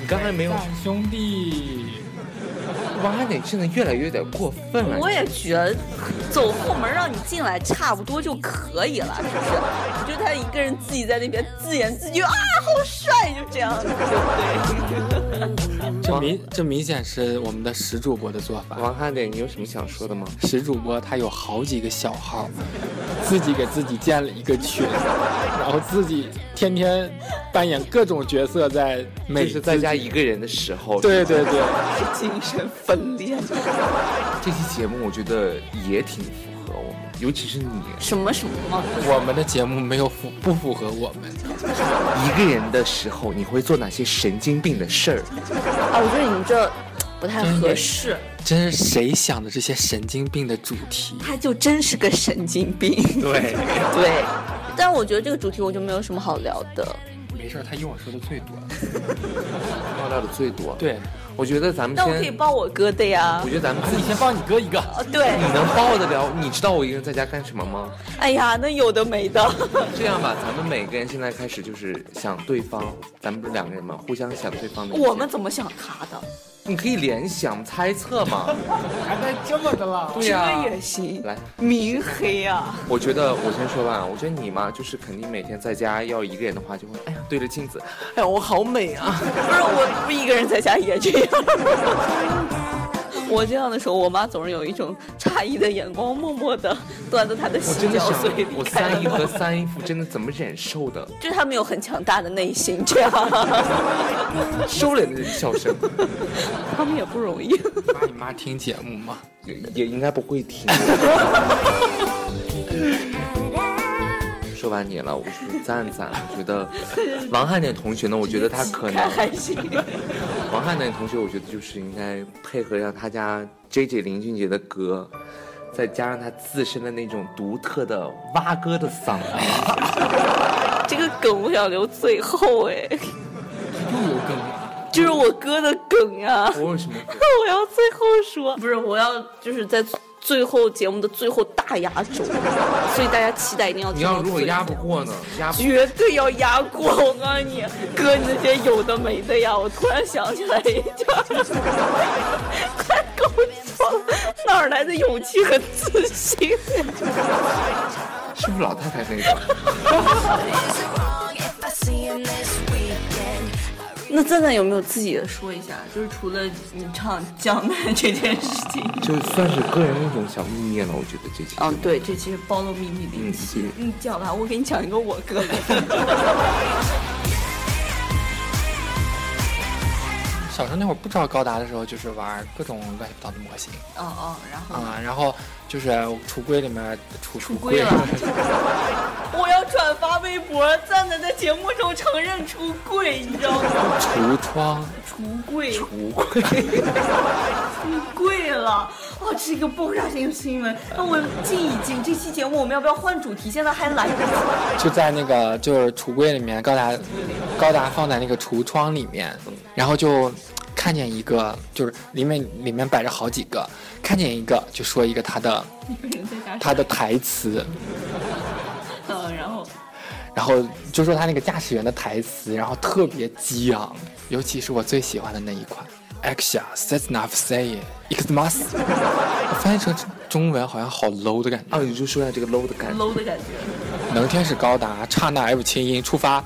你刚才没有，干兄弟，哇，你真的越来越有点过分了。我也觉得，走后门让你进来差不多就可以了，是不是？你就他一个人自己在那边自言自语啊，好帅，就这样，对不对？这明这明显是我们的石主播的做法。王汉典，你有什么想说的吗？石主播他有好几个小号，自己给自己建了一个群，然后自己天天扮演各种角色在美这自己，是在家一个人的时候。对对对， 精神分裂。这期节目我觉得也挺符合我们，尤其是你什么什么？啊我们的节目没有符不符合我们。一个人的时候，你会做哪些神经病的事儿？啊，我觉得你们这不太合适，真是谁想的这些神经病的主题？他就真是个神经 病。对，对，但我觉得这个主题我就没有什么好聊的。没事，他用我说的最多。爆料的最多。，对，我觉得咱们那我可以先，抱我哥的呀我。觉得咱们自你己先帮你哥一个。啊，对，你能抱得了？你知道我一个人在家干什么吗？哎呀，那有的没的。 这样吧，咱们每个人现在开始就是想对方，咱们不是两个人吗？互相想对方的。我们，怎么想他的？你可以联想猜测嘛？ 还带这么的了？对呀、啊这也行。来，明黑啊呀、我觉得我先说吧，我觉得你嘛，就是肯定每天在家要一个人的话，就会哎呀对着镜子，哎呀我好美啊。不是我不一个人在家也这样。 我这样的时候，我妈总是有一种诧异的眼光，默默的端着她的我洗真的脚想水离，我开了三姨和三姨夫真的怎么忍受的？就是他们有很强大的内心，这样收敛的笑声， 他们也不容易。妈，你妈听节目吗？也也应该不会停。 说完你了，我是赞赞，我觉得王汉典同学呢，我觉得他可能还还行，王汉典同学，我觉得就是应该配合上他家 J J 林俊杰的歌，再加上他自身的那种独特的蛙哥的嗓音，这个梗我想留最后哎，又有梗了。就是我哥的梗呀、 我有什么？我要最后说，不是，我要就是在最后节目的最后大压轴，所以大家期待一定要你听到要如果最后压不过呢？压不绝对要压过！我告诉你，哥，你那些有的没的呀，我突然想起来一句儿，快跟我说，哪儿来的勇气和自信？是不是老太太那种？那赞赞有没有自己的说一下？就是除了你唱江南这件事情， 就算是个人的一种小秘密了，我觉得这期。嗯、对，这其实暴露秘密的一嗯期。对你讲吧，我给你讲一个我哥。小时候那会儿不知道高达的时候，就是玩各种乱七八糟的模型 哦哦，然后啊、然后就是橱柜里面橱橱归了。我要转发微博，赞赞在节目中承认出柜，你知道吗？橱窗，出柜，出柜，出柜了！哇，这是一个爆炸性新闻。那我静一静，这期节目我们要不要换主题？现在还来得及。 就在那个就是橱柜里面，高达高达放在那个橱窗里面，然后就看见一个，就是里面里面摆着好几个，看见一个就说一个他的他的台词，嗯，然后然后就说他那个驾驶员的台词，然后特别激昂，尤其是我最喜欢的那一款。Aksha s e t n a f s a y e x m a s 我翻译成中文好像好 low 的感觉。啊，你就说一下这个 low 的感觉。 low 的感觉。能天使高达刹那 F 轻音出发。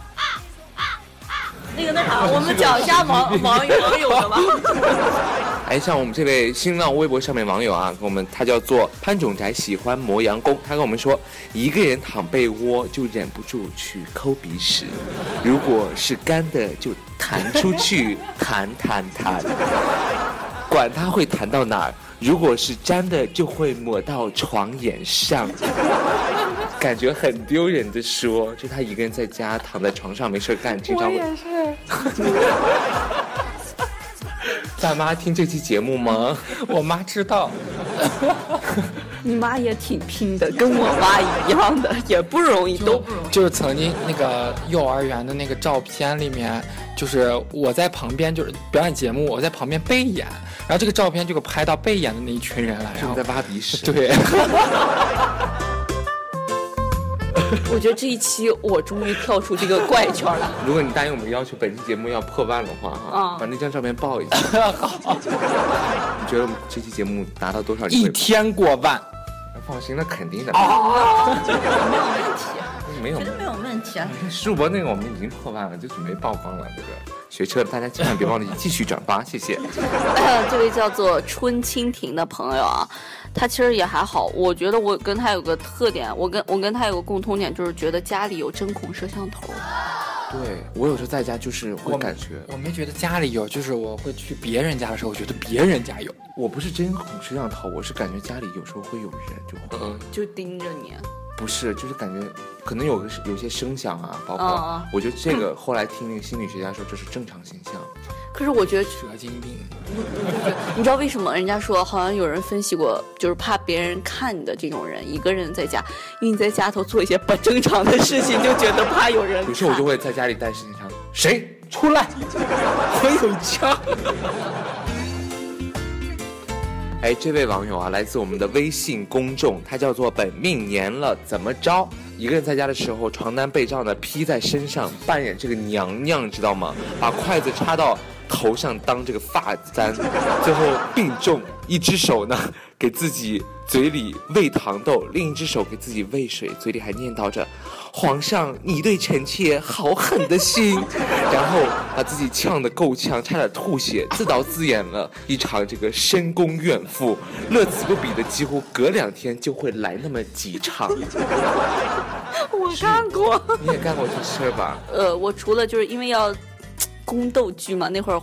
那个那啥，我们讲一下网网网友的吧。哎，像我们这位新浪微博上面网友啊，跟我们他叫做潘种宅喜欢磨洋工，他跟我们说，一个人躺被窝就忍不住去抠鼻屎，如果是干的就弹出去，弹弹弹，管它会弹到哪儿，如果是粘的就会抹到床沿上。感觉很丢人的说，就他一个人在家躺在床上没事儿干，这哎招大妈听这期节目吗？我妈知道，你妈也挺拼的，跟我妈一样的，也不容易，都不容易。就是曾经那个幼儿园的那个照片里面，就是我在旁边，就是表演节目，我在旁边背演，然后这个照片就给拍到背演的那一群人了，然正后在挖鼻屎。对， 我觉得这一期我终于跳出这个怪圈了。如果你答应我们的要求，本期节目要破万的话，啊，嗯把那张照片爆一下。 你觉得我们这期节目达到多少？你一会天过万，放心，那肯定的。哦没有问没有题，绝，对没有问题啊！数博那个我们已经破万了，就准备爆光了。这个学车的大家千万别忘记继续转发，谢 谢。这位叫做春蜻蜓的朋友啊，他其实也还好。我觉得我跟他有个特点，我跟我跟他有个共通点，就是觉得家里有针孔摄像头。对我有时候在家就是会我感觉，我没觉得家里有，就是我会去别人家的时候，我觉得别人家有。我不是真恐摄像头，我是感觉家里有时候会有人，就会、就盯着你，啊不是，就是感觉可能有个有些声响啊，包括、嗯嗯我觉得这个后来听那个心理学家说这是正常现象。可是我觉得蛇精 病，你知道为什么人家说好像有人分析过，就是怕别人看你的这种人，一个人在家，因为你在家头做一些不正常的事情，就觉得怕有人看。有时候我就会在家里带视频上，谁出 来？我有枪！哎，这位网友啊，来自我们的微信公众，他叫做本命年了，怎么着？一个人在家的时候，床单被罩呢披在身上，扮演这个娘娘，知道吗？把筷子插到头上当这个发簪，最后病重，一只手呢给自己嘴里喂糖豆，另一只手给自己喂水，嘴里还念叨着“皇上，你对臣妾好狠的 心”，然后把自己呛得够呛，差点吐血，自导自演了一场这个深宫怨妇，乐此不彼的，几乎隔两天就会来那么几场。我干过。你也干过这事儿吧？呃，我除了就是因为要宫斗剧嘛，那会儿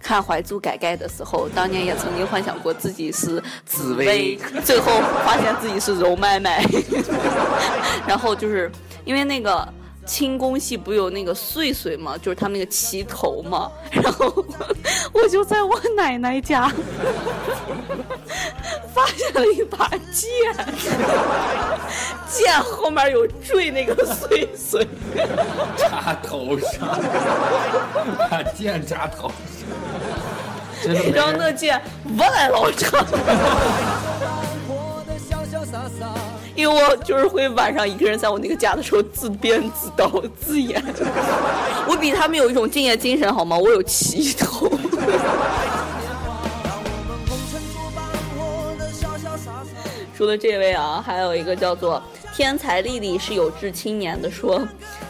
看《怀珠改改》的时候，当年也曾经幻想过自己是紫薇，最后发现自己是柔麦麦。 然后就是因为那个。清宫戏不有那个岁岁嘛，就是他们那个旗头嘛，然后我就在我奶奶家 发现了一把剑，剑后面有缀那个岁岁，插头上，把剑插头上，真的没 然后人那剑我来老长， 因为我就是会晚上一个人在我那个家的时候自编自导自演，我比他们有一种敬业精神好吗？我有奇头。 除了这位啊，还有一个叫做“天才丽丽是有志青年”的说，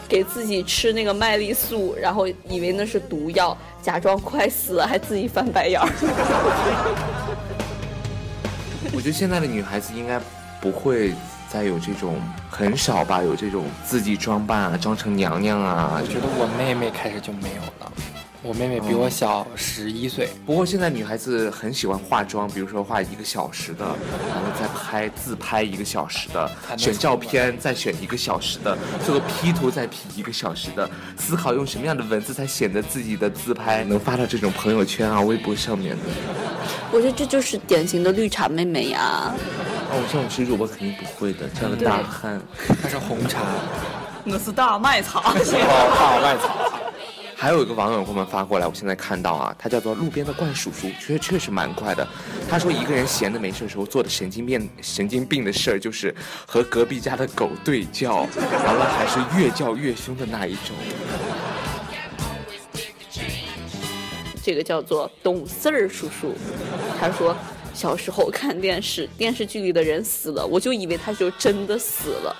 给自己吃那个麦丽素，然后以为那是毒药，假装快死了，还自己翻白眼儿。我觉得现在的女孩子应该不会再有这种，很少吧，有这种自己装扮啊，装成娘娘啊我。觉得我妹妹开始就没有了，我妹妹比我小十一岁。不过现在女孩子很喜欢化妆，比如说化一个小时的，然后再拍自拍一个小时的，能选照片再选一个小时的，做个 P 图再 P 一个小时的，思考用什么样的文字才显得自己的自拍能发到这种朋友圈啊、微博上面的。我觉得这就是典型的绿茶妹妹 呀。哦，像我是主播肯定不会的，这样的大汉。她是红茶，我是大卖场。我靠外草。还有一个网友给我们发过来，我现在看到啊，他叫做路边的怪叔叔，确确实蛮怪的。他说一个人闲的没事的时候做的神经病 神经病的事儿，就是和隔壁家的狗对叫， 完了还是越叫越凶的那一种。这个叫做懂事儿叔叔，他说小时候看电视，电视剧里的人死了，我就以为他就真的死了，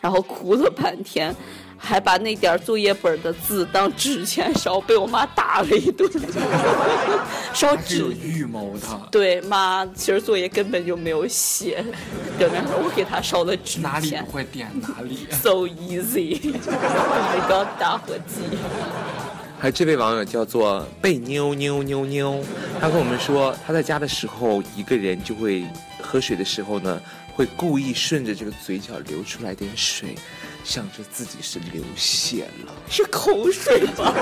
然后哭了半天，还把那点儿作业本的字当纸钱烧，被我妈打了一顿，烧是有纸。预谋 的，对，妈，其实作业根本就没有写，表面上我给他烧了纸哪里钱不会点哪里。 ，so easy，my god，打火机。还有这位网友叫做贝妞妞妞妞，他跟我们说，他在家的时候一个人就会喝水的时候呢，会故意顺着这个嘴角流出来点水，想着自己是流血了。是口水吧？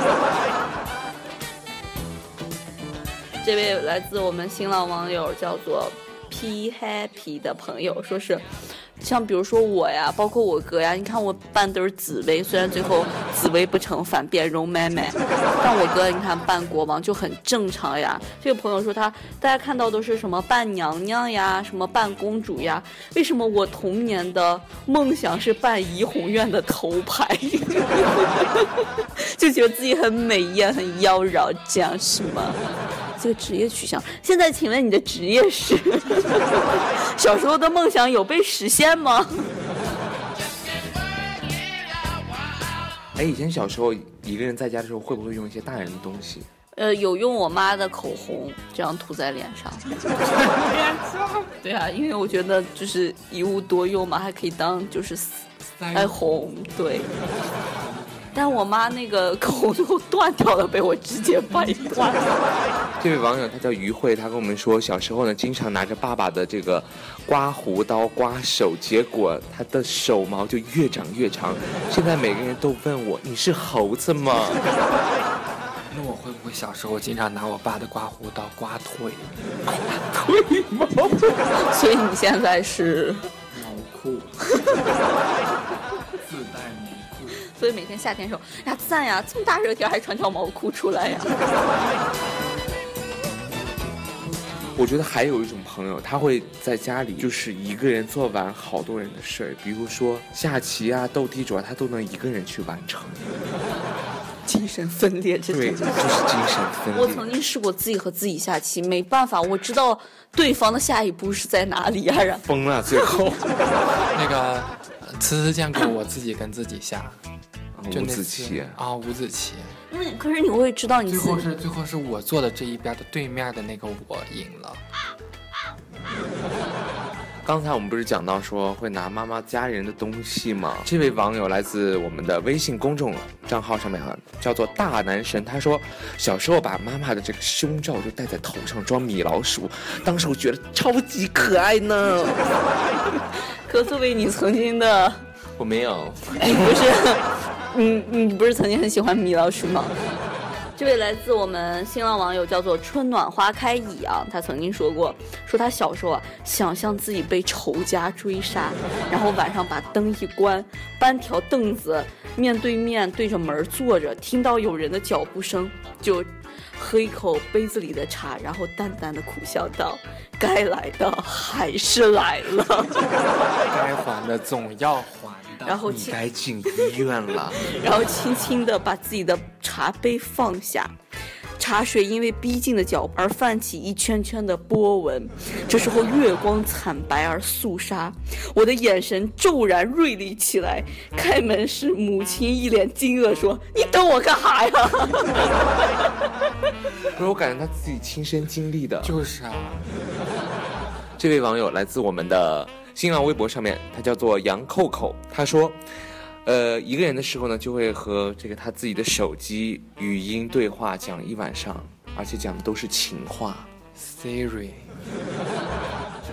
这位来自我们新浪网友叫做 P Happy 的朋友说是，像比如说我呀，包括我哥呀，你看我扮都是紫薇，虽然最后紫薇不成反变容妹妹，但我哥你看扮国王就很正常呀。这个朋友说他大家看到都是什么扮娘娘呀，什么扮公主呀，为什么我童年的梦想是扮怡红院的头牌？就觉得自己很美艳、很妖娆，这样是吗？这个职业取向，现在请问你的职业 是？小时候的梦想有被实现吗？哎，以前小时候一个人在家的时候，会不会用一些大人的东西？呃，有用我妈的口红这样涂在脸上。 对啊，因为我觉得就是一物多用嘛，还可以当就是腮红。对，但我妈那个口红最后断掉了，被我直接掰断了。这位网友他叫于慧，他跟我们说，小时候呢，经常拿着爸爸的这个刮胡刀刮手，结果他的手毛就越长越长。现在每个人都问我，你是猴子吗？ 那我会不会小时候经常拿我爸的刮胡刀刮腿、 所以你现在是，毛裤、自带毛裤？ 所以每天夏天的时候，呀赞呀，这么大热天还穿条毛裤出来呀？我觉得还有一种朋友，他会在家里就是一个人做完好多人的事儿，比如说下棋啊、斗地主啊，他都能一个人去完成。精神分裂，这对，就是精神分裂。我曾经试过自己和自己下棋，没办法，我知道对方的下一步是在哪里呀、然疯了，最后 那个呃次次见过我自己跟自己下， 就五那子次棋。啊，吴子棋。那可是你会知道你最自后己是最后是我坐的这一边的对面的那个我赢了，刚才我们不是讲到说会拿妈妈家人的东西吗？这位网友来自我们的微信公众账号上面哈，叫做大男神，他说小时候把妈妈的这个胸罩就戴在头上装米老鼠，当时我觉得超级可爱呢。可作为你曾经的， 我没有， 你不是，你你不是曾经很喜欢米老鼠吗？这位来自我们新浪网友叫做春暖花开已啊，他曾经说过，说他小时候啊，想象自己被仇家追杀，然后晚上把灯一关，搬条凳子，面对面对着门坐着，听到有人的脚步声，就喝一口杯子里的茶，然后淡淡的苦笑道：“该来的还是来了。”该还的总要还的。然后你亲该进医院了。然后轻轻地把自己的茶杯放下。茶水因为逼近的脚步而泛起一圈圈的波纹，这时候月光惨白而肃杀，我的眼神骤然锐利起来。开门时，母亲一脸惊愕说：“你等我干哈呀 不是，我感觉他自己亲身经历的。就是啊，这位网友来自我们的新浪微博上面，他叫做杨扣扣，他说，呃，一个人的时候呢，就会和这个他自己的手机语音对话讲一晚上，而且讲的都是情话， Siri，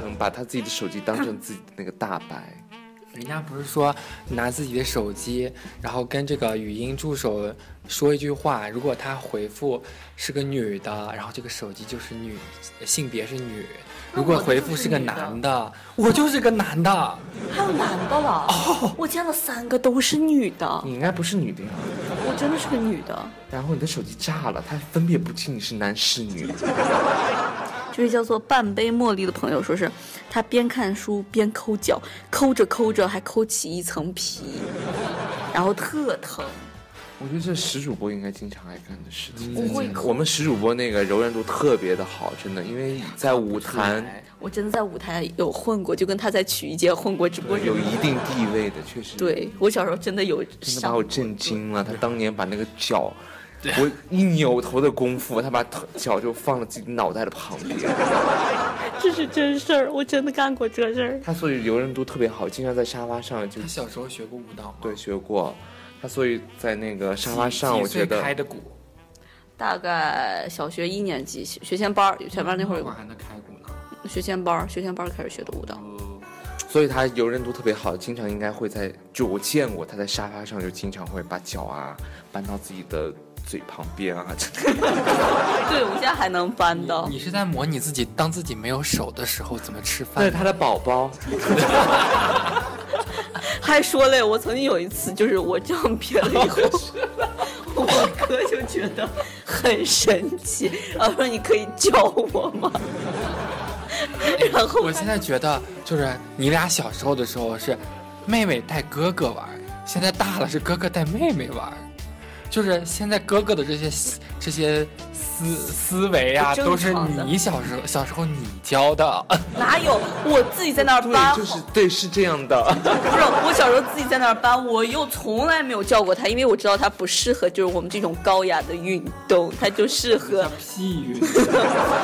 嗯，把他自己的手机当成自己的那个大白。人家不是说拿自己的手机，然后跟这个语音助手说一句话，如果他回复是个女的，然后这个手机就是女，性别是女；如果回复是个男的，我就是个男的。？”还有男的了，我见了三个都是女的，你应该不是女的呀。我真的是个女的。然后你的手机炸了，他分辨不清你是男是女。这位叫做半杯茉莉的朋友说是，他边看书边抠脚，抠着抠着还抠起一层皮，然后特疼。我觉得这石主播应该经常爱干的事情。我会我们石主播那个柔韧度特别的好，真的，因为在舞坛我真的在舞台有混过，就跟他在曲艺界混过，只不过有一定地位的，确实。对我小时候真的有真的把上我震惊了。他当年把那个 脚，我一扭头的功夫，他把头脚就放了自己脑袋的旁边。这是真事儿，我真的干过这事儿。他所以柔韧度特别好，经常在沙发上就他小时候学过舞蹈吗？对学过。他所以在那个沙发上，几我觉几岁得开的鼓，大概小学一年级学前班儿，前班儿那会儿我还能开鼓呢。有学前班儿，学前班儿开始学的舞蹈。所以他柔韧度特别好，经常应该会在，就我见过他在沙发上就经常会把脚啊搬到自己的嘴旁边啊， 对，我现在还能搬到。你是在模拟自己当自己没有手的时候怎么吃那是饭？他的宝 宝，还说嘞，我曾经有一次，就是我这样撇了以后，哦 我哥就觉得很神奇，然后说你可以教我吗？然后 我现在觉得就是你俩小时候的时候是妹妹带哥哥玩，现在大了是哥哥带妹妹玩，就是现在哥哥的这些思这些思思维啊，不正都是常的你小时候小时候你教 的。哪有我自己在那儿搬对，好？就是对，是这样的。 不是，我小时候自己在那儿搬，我又从来没有叫过他，因为我知道他不适合就是我们这种高雅的运动，他就适合。屁 语，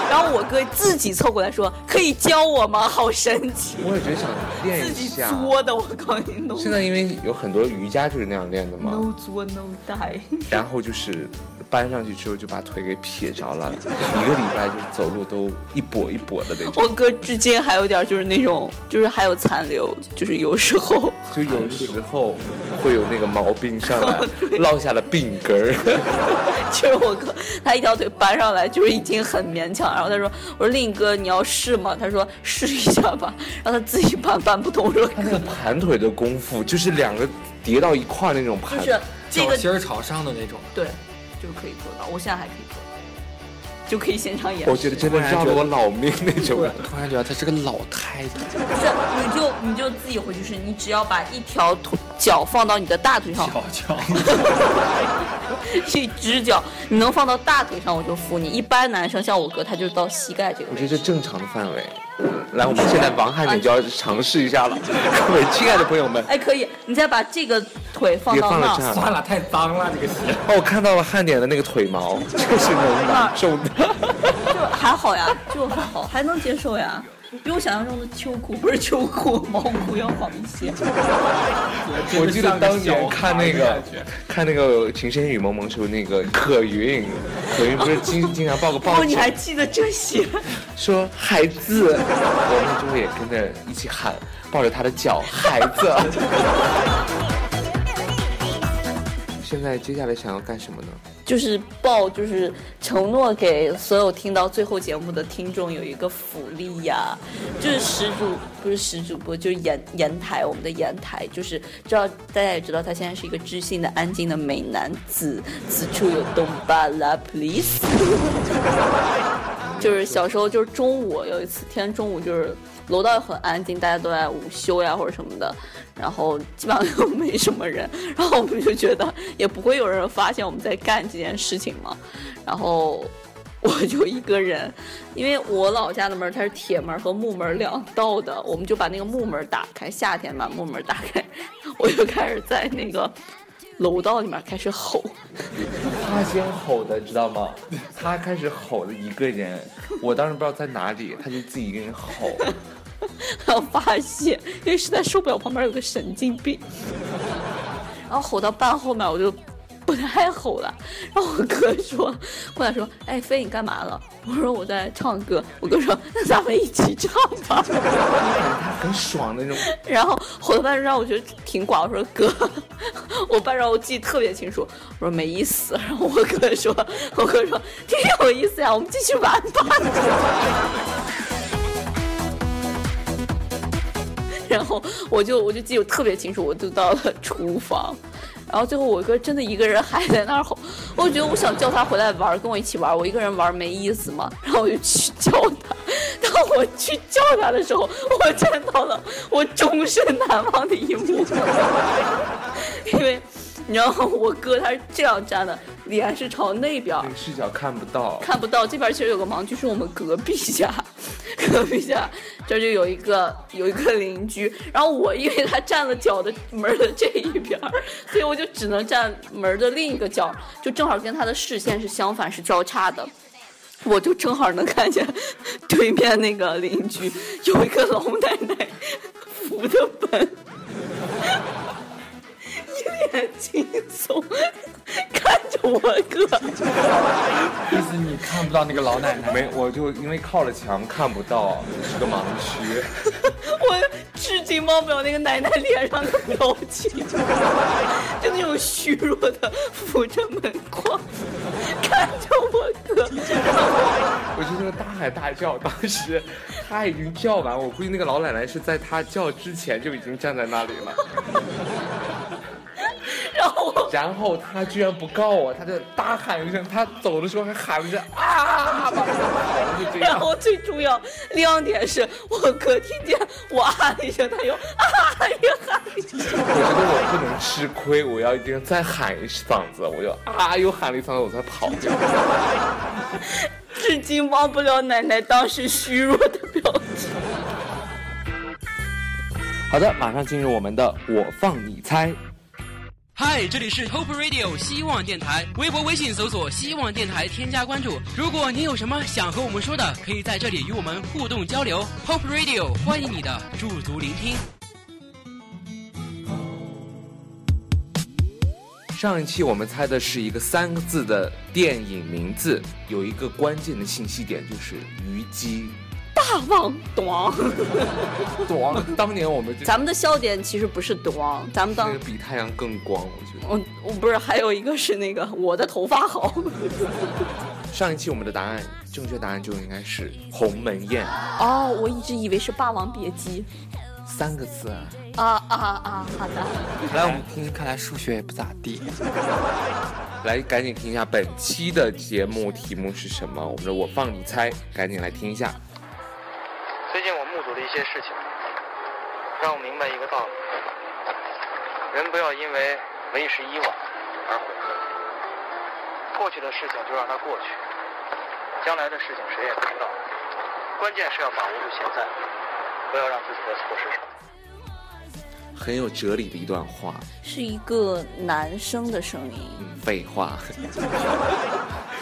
然后我哥自己凑过来说：“可以教我吗？”好神奇，我也觉得想练自一己下。作的，我告诉你，弄现在因为有很多瑜伽就是那样练的嘛， no 作 no die。然后就是搬上去之后就把腿给撇着了，一个礼拜就是走路都一跛一跛的那种。我哥至今还有点就是那种，就是还有残留，就是有时候 就有时候会有那个毛病上来，哦落下了病根 儿。就是我哥他一条腿搬上来就是已经很勉强，然后他说我说令哥你要试吗？他说试一下吧，然后他自己搬 搬不动，我说他那个盘腿的功夫就是两个叠到一块儿那种盘。就是这脚个心儿朝上的那种。对，就可以做到，我现在还可以做到，就可以现场演我示。觉得真的要了我老命那种。突然觉得他是个老太太，不是，你就你就自己回去试，你只要把一条腿脚放到你的大腿上， 小脚。 一只脚你能放到大腿上，我就服你。一般男生像我哥，他就到膝盖这个我位置。觉得这正常的范围。来，我们现在王汉磊就要尝试一 下了。各位亲爱的朋友们，哎，可以，你再把这个腿放别到放那了这儿，儿。算了，太脏了，这个鞋。哦，我看到了汉典的那个腿毛，这是能啊难受的。就还好呀，就还好，还能接受呀，比我想象中的秋裤不是秋裤，毛裤要好 一些。我记得当年看那个看那个《情深雨蒙蒙》时候，那个可云，可云不是经经常抱个抱哦，枕你还记得这些？说孩子，我那时候也跟着一起喊，抱着他的脚，孩 子。现在接下来想要干什么呢？就是报，就是承诺给所有听到最后节目的听众有一个福利呀、就是石主不是石主播，就是言言台，我们的言台，就是知道大家也知道，他现在是一个知性的、安静的美男子，此处有东巴拉 please。就是小时候，就是中午有一次天中午，就是楼道很安静，大家都在午休呀或者什么的，然后基本上就没什么人，然后我们就觉得也不会有人发现我们在干这件事情嘛，然后我就一个人，因为我老家的门它是铁门和木门两道的，我们就把那个木门打开，夏天把木门打开，我就开始在那个楼道里面开始吼。他先吼的，知道吗？他开始吼的一个人，我当时不知道在哪里，他就自己一个人吼。然后发泄，因为实在受不了旁边有个神经病。然后吼到半后面我就不太吼了，然后我哥说过来说：“哎，飞你干嘛了？”我说：“我在唱歌。”我哥说：“那咱们一起唱吧。 他很爽的那种，”然后吼到半让我觉得挺寡，我说：“哥，我半让我记得特别清楚。”我说：“没意思。”然后我哥说：“我哥说挺有意思呀，我们继续玩吧。”然后我就我就记得特别清楚，我就到了厨房，然后最后我哥真的一个人还在那儿吼，我觉得我想叫他回来玩儿，跟我一起玩儿，我一个人玩儿没意思嘛，然后我就去叫他，当我去叫他的时候，我 见到了我终身难忘的一幕，因为。你知道吗？我哥他是这样站的，脸是朝那边儿那，个视角看不到，看不到这边其实有个盲区，是我们隔壁家， 隔壁家这就有一个有一个邻居，然后我因为他站了脚的门儿的这一边儿，所以我就只能站门儿的另一个角儿，就正好跟他的视线是相反，是交叉的。我就正好能看见对面那个邻居有一个老奶奶扶的 本，一脸惊悚看着我哥。意思你看不到那个老奶奶。没，我就因为靠了墙看不到，是个盲区。 我至今忘不了那个奶奶脸上的表情， 就那种虚弱的扶着门框，看着我哥，我就那个大喊大叫，当时 他已经叫完，我估计那个老奶奶是在他叫之前就已经站在那里了。然后我 然后他居然不告我，他就大喊一声，他走的时候还喊了一声啊，把然后就这然样。后最重要亮点是我哥听见我啊了一声，他又啊一喊一声， 我觉得我不能吃亏，我要一定再喊一嗓子，我就啊又喊了一嗓子，我才跑掉。至今忘不了奶奶当时虚弱的表情。好的，马上进入我们的我放你猜。嗨，这里是 Hope Radio 希望电台，微博、微信搜索“希望电台”，添加关注。如果您有什么想和我们说的，可以在这里与我们互动交流。Hope Radio 欢迎你的驻足聆听。上一期我们猜的是一个三个字的电影名字，有一个关键的信息点就是虞姬。 大王咚，啊咣！当年我们就咱们的笑点其实不是咚，咱们那当个比太阳更光，我觉得。我我不是还有一个是那个我的头发好。上一期我们的答案，正确答案就应该是鸿门宴，哦，我一直以为是《霸王别姬三个字啊。》啊啊啊！好的，来，我们听，看来数学也不咋地。来赶紧听一下本期的节目题目是什么？我们的我放你猜，赶紧来听一下。最近我目睹了一些事情，让我明白一个道理：人不要因为为时已晚而悔恨。过去的事情就让它过去，将来的事情谁也不知道。关键是要把握住现在，不要让自己的错失少。很有哲理的一段话，是一个男生的声音。嗯，废话。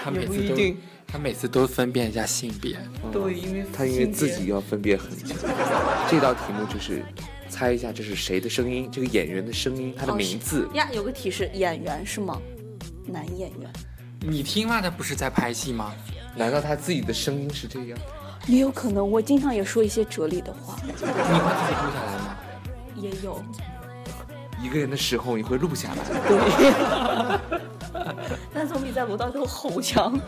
他每次都，他每次都分辨一下性别。对，因为他因为自己要分辨很久。这道题目就是猜一下这是谁的声音，这个演员的声音，他的名字。呀，有个提示，演员是吗？男演员你听嘛，他不是在拍戏吗？难道他自己的声音是这样？也有可能，我经常也说一些哲理的话，你会自己录下来吗？也有。一个人的时候你会录下来。但总比在楼道中吼强。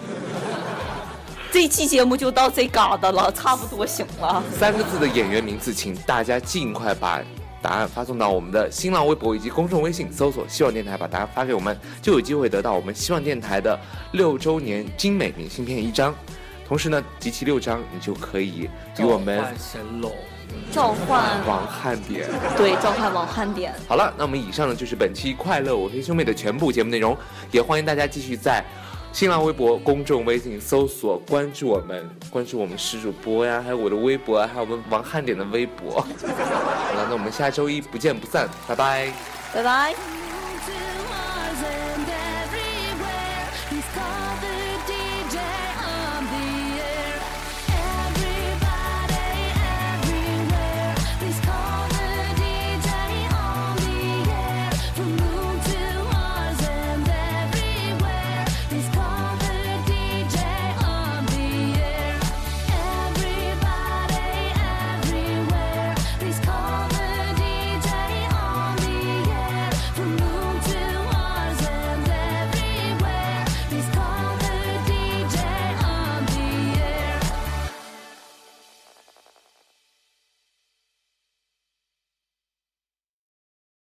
这期节目就到这嘎达了，差不多行了。三个字的演员名字，请大家尽快把答案发送到我们的新浪微博以及公众微信，搜索“希望电台”，把答案发给我们，就有机会得到我们希望电台的六周年精美明信片一张。同时呢，集齐六张，你就可以与我们召唤神龙，召唤王汉典。对，召唤王汉典。好了，那我们以上呢就是本期《快乐我黑兄妹》的全部节目内容，也欢迎大家继续在新浪微博、公众微信搜索关注我们，关注我们施主播呀，还有我的微博啊，还有我们王汉典的微博。好了，那我们下周一不见不散，拜拜。拜拜。